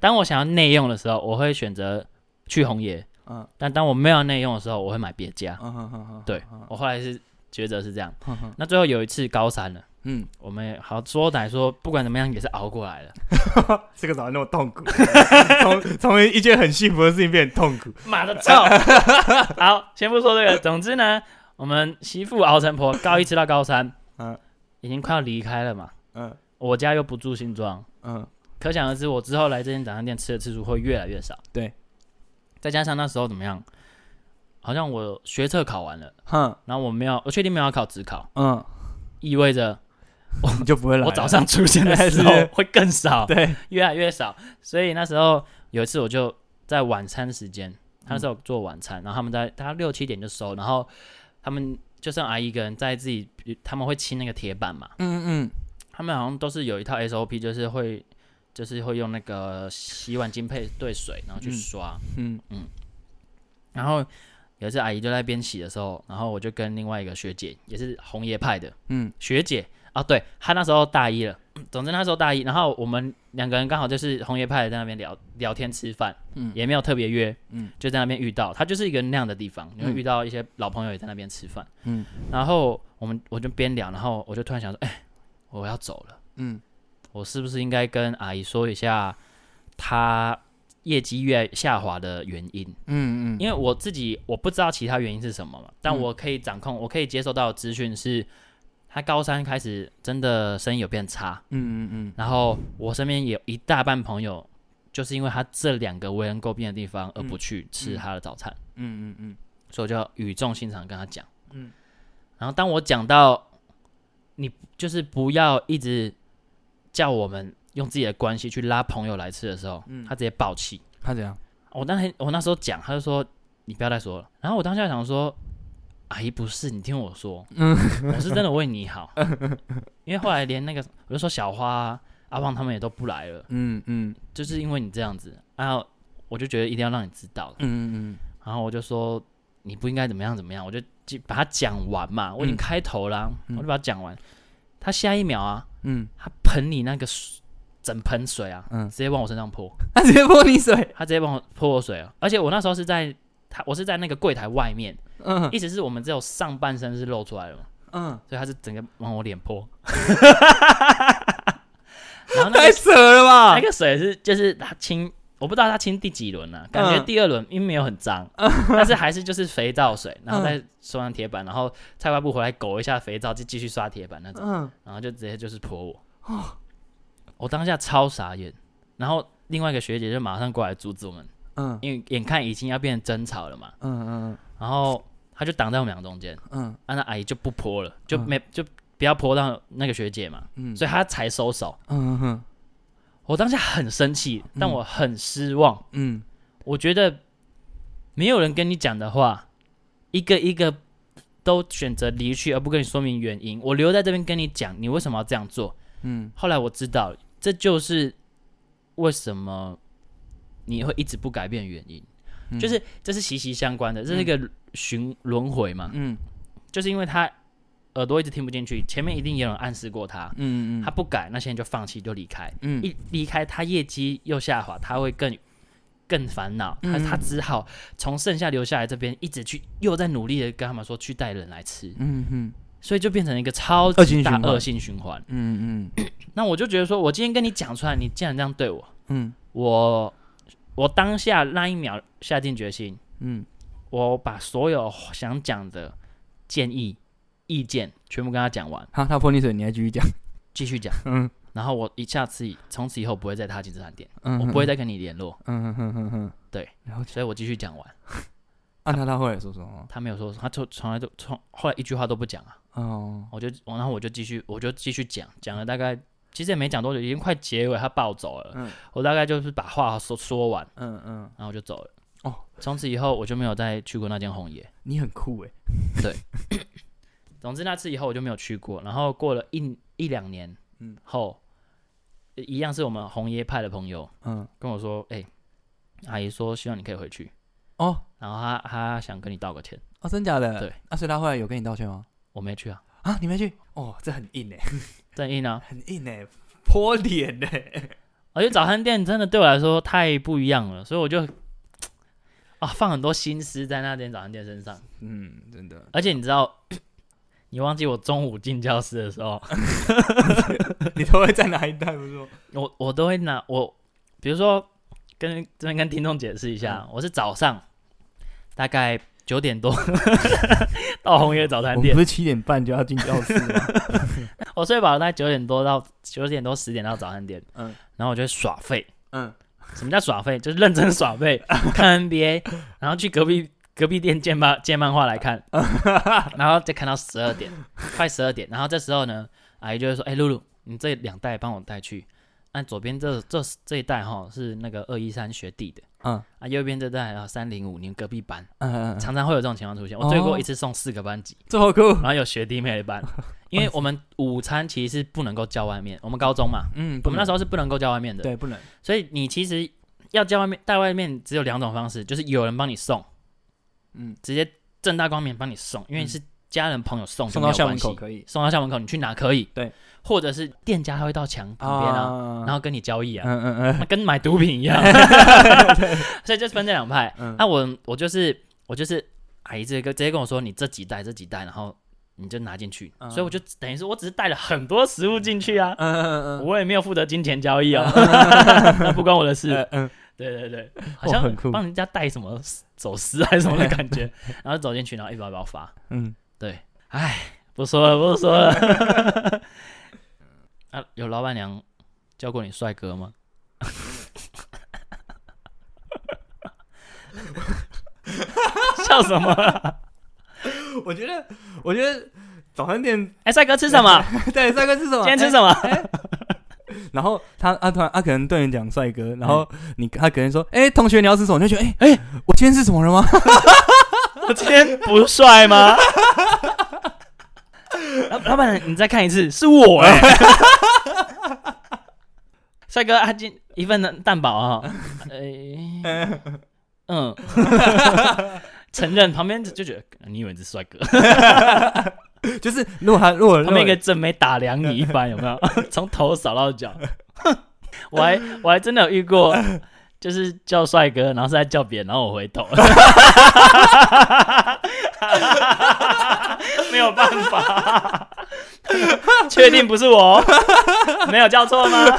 当我想要内用的时候，我会选择去红爷；
嗯
但当我没有内用的时候，我会买别家。
嗯哼哼哼，
对我后来是抉择是这样。
哼哼
那最后有一次高三了，
嗯，
我们也好说歹说，不管怎么样也是熬过 来了。
这个怎么那么痛苦？ 从从一件很幸福的事情变得痛苦，
妈的操！ 好，先不说这个，总之呢，我们媳妇熬成婆，高一吃到高三，
嗯
已经快要离开了嘛。
嗯
我家又不住新庄，
嗯
可想而知，我之后来这间早餐店吃的次数会越来越少。
对，
再加上那时候怎么样，好像我学测考完了，
哼
然后我没有，我确定没有要考职考，
嗯，
意味着
你就不会来了。
我早上出现的时
是
候会更少，
对，
越来越少。所以那时候有一次，我就在晚餐时间，他那
嗯
时候做晚餐，然后他们在大概六七点就收，然后他们就剩阿姨一个人在自己，他们会清那个铁板嘛，
嗯嗯
他们好像都是有一套 SOP，就是会就是会用那个洗碗巾配兑水，然后去刷。
嗯
然后有一次阿姨就在那边洗的时候，然后我就跟另外一个学姐，也是红叶派的
嗯
学姐啊，对她那时候大一了， 总之那时候大一，然后我们两个人刚好就是红叶派的在那边聊聊天吃饭，
嗯
也没有特别约，
嗯
就在那边遇到，它就是一个那样的地方，你会
嗯
遇到一些老朋友也在那边吃饭，
嗯
然后我们我就边聊，然后我就突然想说，哎，我要走了。
嗯
我是不是应该跟阿姨说一下她业绩越来越下滑的原因？
嗯嗯
因为我自己我不知道其他原因是什么嘛，但
嗯
我可以掌控，我可以接受到的资讯是，她高三开始真的生意有变差，
嗯嗯
然后我身边有一大半朋友。就是因为她这两个为人诟病的地方，而不去吃她的早餐，
嗯嗯
所以我就要语重心长地跟她讲。
嗯
然后当我讲到你就是不要一直叫我们用自己的关系去拉朋友来吃的时候，
嗯
他直接爆气。
他怎样？
我当天我那时候讲，他就说你不要再说了。然后我当下想说，阿姨不是，你听我 说，我是真的为你好。因为后来连那个我就说小花啊、阿胖他们也都不来了，
嗯嗯
就是因为你这样子，然后我就觉得一定要让你知道。
嗯嗯
然后我就说你不应该怎么样怎么样，我就记把它讲完嘛，我已经开头啦，
嗯
我就把它讲完。他下一秒啊，
嗯，
他喷你那个水整盆水啊，
嗯
直接往我身上泼，
他直接泼你水。
他直接往我泼我水啊，而且我那时候是在他我是在那个柜台外面，
嗯
意思是我们只有上半身是露出来的嘛，
嗯，
所以他是整个往我脸 泼，然后那
太
个
扯了吧
那！个水是就是他清。我不知道他清第几轮了、感觉
嗯
第二轮因为没有很脏，但是还是就是肥皂水，然后
嗯
再刷上铁板，然后菜瓜布回来狗一下肥皂，就继续刷铁板那种。
嗯哦
然后就直接就是泼我。我当下超傻眼，然后另外一个学姐就马上过来阻止我们，
嗯
因为眼看已经要变成争吵了嘛，
嗯
然后她就挡在我们俩中间，
嗯
啊，那阿姨就不泼了，就
嗯
没、就不要泼到那个学姐嘛，
嗯
所以她才收手。
嗯嗯
我当下很生气，但我很失望，
嗯
我觉得没有人跟你讲的话，一个一个都选择离去，而不跟你说明原因。我留在这边跟你讲，你为什么要这样做？
嗯，
后来我知道，这就是为什么你会一直不改变的原因，
嗯
就是这是息息相关的，这是一个循轮回嘛，
嗯
就是因为他耳朵一直听不进去，前面一定也有人暗示过他，
嗯嗯
他不改，那现在就放弃就离开，
嗯
一离开他业绩又下滑，他会更。更烦恼，他
嗯
他只好从剩下留下来这边一直去，又在努力的跟他们说去带人来吃，
嗯嗯
所以就变成一个超
恶性
级大
循环
恶性循环。
嗯嗯
那我就觉得说，我今天跟你讲出来，你竟然这样对我，
嗯
我我当下那一秒下定决心，
嗯
我把所有想讲的建议、意见全部跟他讲完，
好，他泼你水，你还继续讲。
继续讲，
嗯
然后我一下次以从此以后不会再踏进这餐店，
嗯，
我不会。再跟你联络，
嗯嗯嗯嗯，。然后
所以我继续讲完。
按他他后来说什么？
他没有说，他就从来都从后来一句话都不讲啊，
哦，
我就我然后我就继续我就继续讲，讲了大概其实也没讲多久，已经快结尾，他暴走了，
嗯
我大概就是把话说说完，
嗯嗯，
然后我就走了。
哦，
从此以后我就没有再去过那间红野。
你很酷哎。
总之那次以后我就没有去过，然后过了一一两年，
嗯
后呃一样是我们红叶派的朋友
嗯
跟我说，哎、阿姨说希望你可以回去，
哦
然后他他想跟你道个歉，
哦，真假的？
对。
啊，所以他后来有跟你道歉吗？
我没去啊，
啊，你没去？哦，这很硬哎、
正义呢？
很硬哎、泼脸哎、
而且哦早餐店真的对我来说太不一样了，所以我就啊放很多心思在那间早餐店身上。
嗯，真的。
而且你知道，你忘记我中午进教室的时候，
你都会在哪一带？不是说
我我都会拿我，比如说跟这边跟听众解释一
嗯
下，我是早上大概九点 多到红叶早餐
我们
店
不，是七点半就要进教室吗？
我睡饱了大概九点多到九点多十点到早餐店，
嗯
然后我就会耍废。
嗯，
什么叫耍废？就是认真耍废，看 NBA，然后去隔壁隔壁店借漫借漫画来看，然后再看到十二点，快十二点，然后这时候呢，阿姨就会说：“哎、露露，你这两袋帮我带去，那左边这这这一袋哈是那个二一三学弟的，
嗯
啊，右边这袋啊三零五，你们隔壁班。”
嗯嗯，
常常会有这种情况出现。我最
哦
过一次送四个班级，
这么酷。
然后有学弟妹的班，因为我们午餐其实是不能够叫外面，我们高中嘛，
嗯，
我们那时
候
候是不能够叫外面的。
对不能，
所以你其实要叫外面带外面只有两种方式，就是有人帮你送，
嗯，
直接正大光明帮你送，因为
嗯
是家人朋友送，
送到校门口，可以
送到校门口你去拿可以，
对，
或者是店家他会到墙旁边啊，然后跟你交易啊，
嗯嗯嗯
那跟买毒品一 样， 所以就分这两派。那、
嗯
我我就是我就是阿姨直接跟直接跟我说你这几袋这几袋，然后你就拿进去，
嗯
所以我就等于是我只是带了很多食物进去啊，
嗯嗯
我也没有负责金钱交 易哦，那不关我的事。
嗯嗯，
对对对，好像
很酷
帮人家带什么走私还是什 么的感觉，然后走进去，然后一包一包发。
嗯，
唉，不说 了，不说了。 啊，有老板娘叫过你帅哥吗？ 笑什 么啊？
我觉得我觉得早餐店
哎、帅哥吃什么？
对帅哥是什么？哎
今天吃什么？
然后他啊他突然他可能对你讲帅哥，然后你他可能说，哎，同学你要吃什么？你就觉得，哎哎，我今天是什么了吗？
我 今天不帅吗？ 老老板，你再看一次，是我 哎、帅哥，阿金一份蛋堡 啊、哎，嗯， 承认旁边就觉得呃你以为你是帅哥，
就是如果他如果
他们一个正妹打量你一番，有没 有？从头扫到脚， 哼，我还我还真的有遇过，就是叫帅哥，然后是在叫别人，然后我回头， 没有办法，确定不是我，没有叫错吗？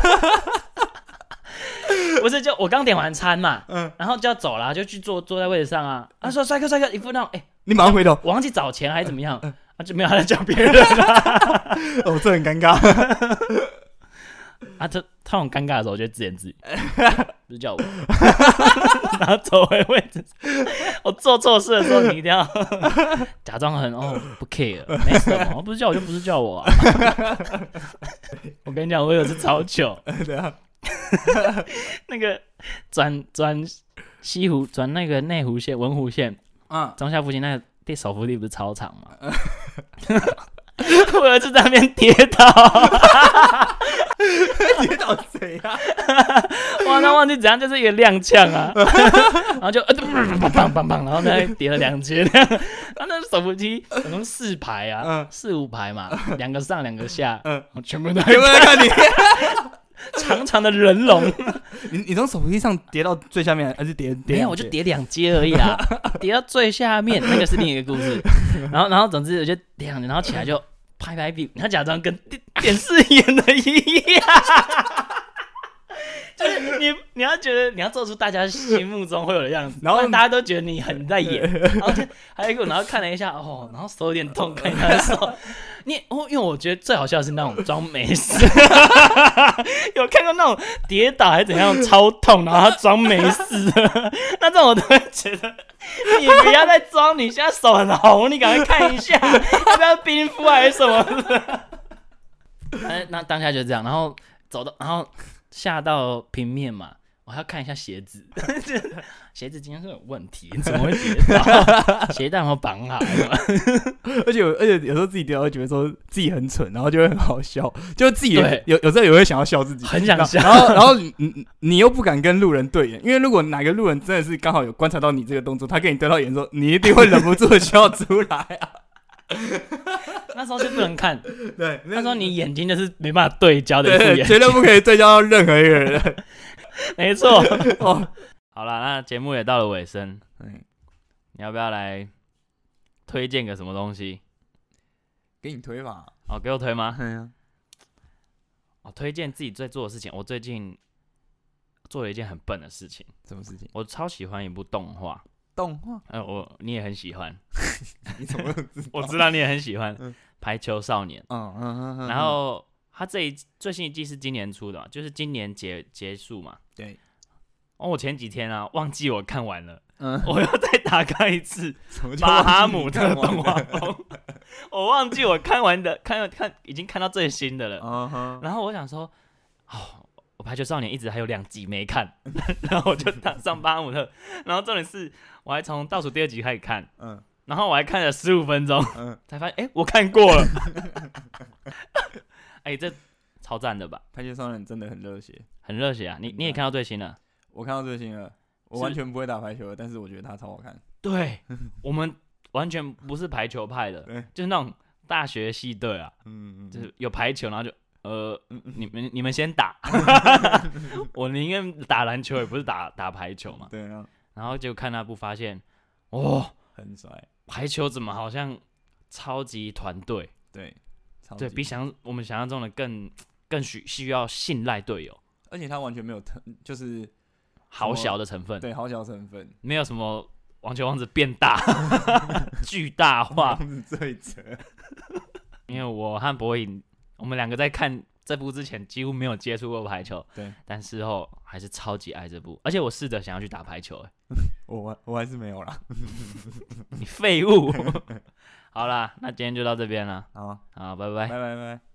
不是，就我刚点完餐嘛，
嗯
然后就要走啦，就去坐坐在位置上啊。他说：“帅哥，帅哥，一副那种哎、
你马 上回头，
我忘记找钱还是怎么样，啊就没有他在叫别人啊。
哦，这很尴尬。
啊，他他很尴尬的时候，我就自言自语，就叫我， 然后走回位置。我做错事的时候，你一定要假装很哦不 care，没什么，不是叫我就不是叫我、啊。 我跟你讲，我有次超糗，
对啊，
那个转转西湖转那个内湖线文湖线
嗯，
中下附近那个地手扶地不是超长吗？ 我有一次在那边跌倒。
跌倒谁啊？
哇，那忘记怎样，就是一个踉跄啊， 然后就呃，砰砰砰砰，然后再叠了两节， 然后那手扶梯总共四排啊
嗯，
四五排嘛，两个上两个下，
嗯
然后全部都
有没有看你？
长长的人 龙，
你你从手机上跌到最下面，还是跌跌？
没有，我就。叠两阶而已啊，叠到最下面那个是另一个故事，然后然后总之我就叠两阶，然后起来就拍拍屁股，然后假装跟电 电视演的一样。 就是你，你要觉得你要做出大家心目中会有的样子，
然后
不大家都觉得你很在 演，然后就还有一个，然后看了一下，哦，然后手有点痛，看一下手， 你哦，因为我觉得最好笑的是那种装没事，有看过那种跌倒还是怎样超痛，然后他装没事， 那这种我都会觉得 你不要再装，你现在手很红，你赶快看一下，要不要冰敷还是什么的？ 哎，那当下就这样，然后走到，然后下到平面嘛，我还要看一下鞋子， 鞋子今天是有问题，怎么会跌倒？ 鞋带有没有绑好？啊
而且而且有时候自己跌倒，觉得说自己很蠢，然后就会很好笑，就自己
对
有有时候也会想要笑自己，
很想笑
然后然后你你你又不敢跟路人对眼，因为如果哪个路人真的是刚好有观察到你这个动作，他跟你对到眼的时候，你一定会忍不住的笑出来 啊。
那时候就不能 看，
对，
那时候你眼睛就是没办法对焦的一副
对
眼，
绝对不可以对焦到任何一个人。
没错。
哦，
好了，那节目也到了尾声，
嗯
你要不要来推荐个什么东西？
给你推吧。
哦，给我推吗？
哎呀，
哦，推荐自己在做的事情。我最近做了一件很笨的事情，
什么事情？
我超喜欢一部动画，
动画？
呃，我你也很喜 欢，
你怎么会 知道
我知道你也很喜欢
嗯
《排球少年》。
嗯嗯嗯嗯
然后他这一最新一季是今年出的嘛，就是今年结结束嘛。
对，
哦，我前几天啊忘记我看完了，
嗯，
我又再打开一 次
什么叫
巴哈姆特
忘记
动
你
画
看完了？
风，我忘记我看完的看看已经看到最新的了。
嗯哼，
然后我想说，哦，我排球少年一直还有两集没看， 然后我就打上巴哈姆特，然后重点是我还从倒数第二集开始看，
嗯
然后我还看了十五分钟，
嗯，
才发现哎、诶我看过了， 哎、这超赞的吧？
排球少年真的很热血。
很热血啊！你
很
你也
赞
看到最新了？
我看到最新了，我
是
完全不会打排球，但是我觉得他超好看。
对， 我们完全不是排球派的，
对，
就是那种大学系队啊，
嗯嗯嗯
就是有排球，然后就呃，你们你们先 打， 我宁愿打篮球，也不是打打排球嘛。
对，然后
然后就看那部发现，哦，
很帅，
排球怎么好像超级团队，
对，超
对
级
比想我们想象中的更更需需要信赖队友，
而且他完全没有特，就是
好
么
小的成分，
对好小成分，
没有什么网球王子变大 巨大 化，
是最扯。
因为我和博颖，我们两个在看这部之前几乎没有接触过排球，
对，
但事后还是超级爱这部，而且我试着想要去打排球、欸，
我我我还是没有啦。
你废物。好啦，那今天就到这边了，
好，
好，拜拜
拜。拜拜。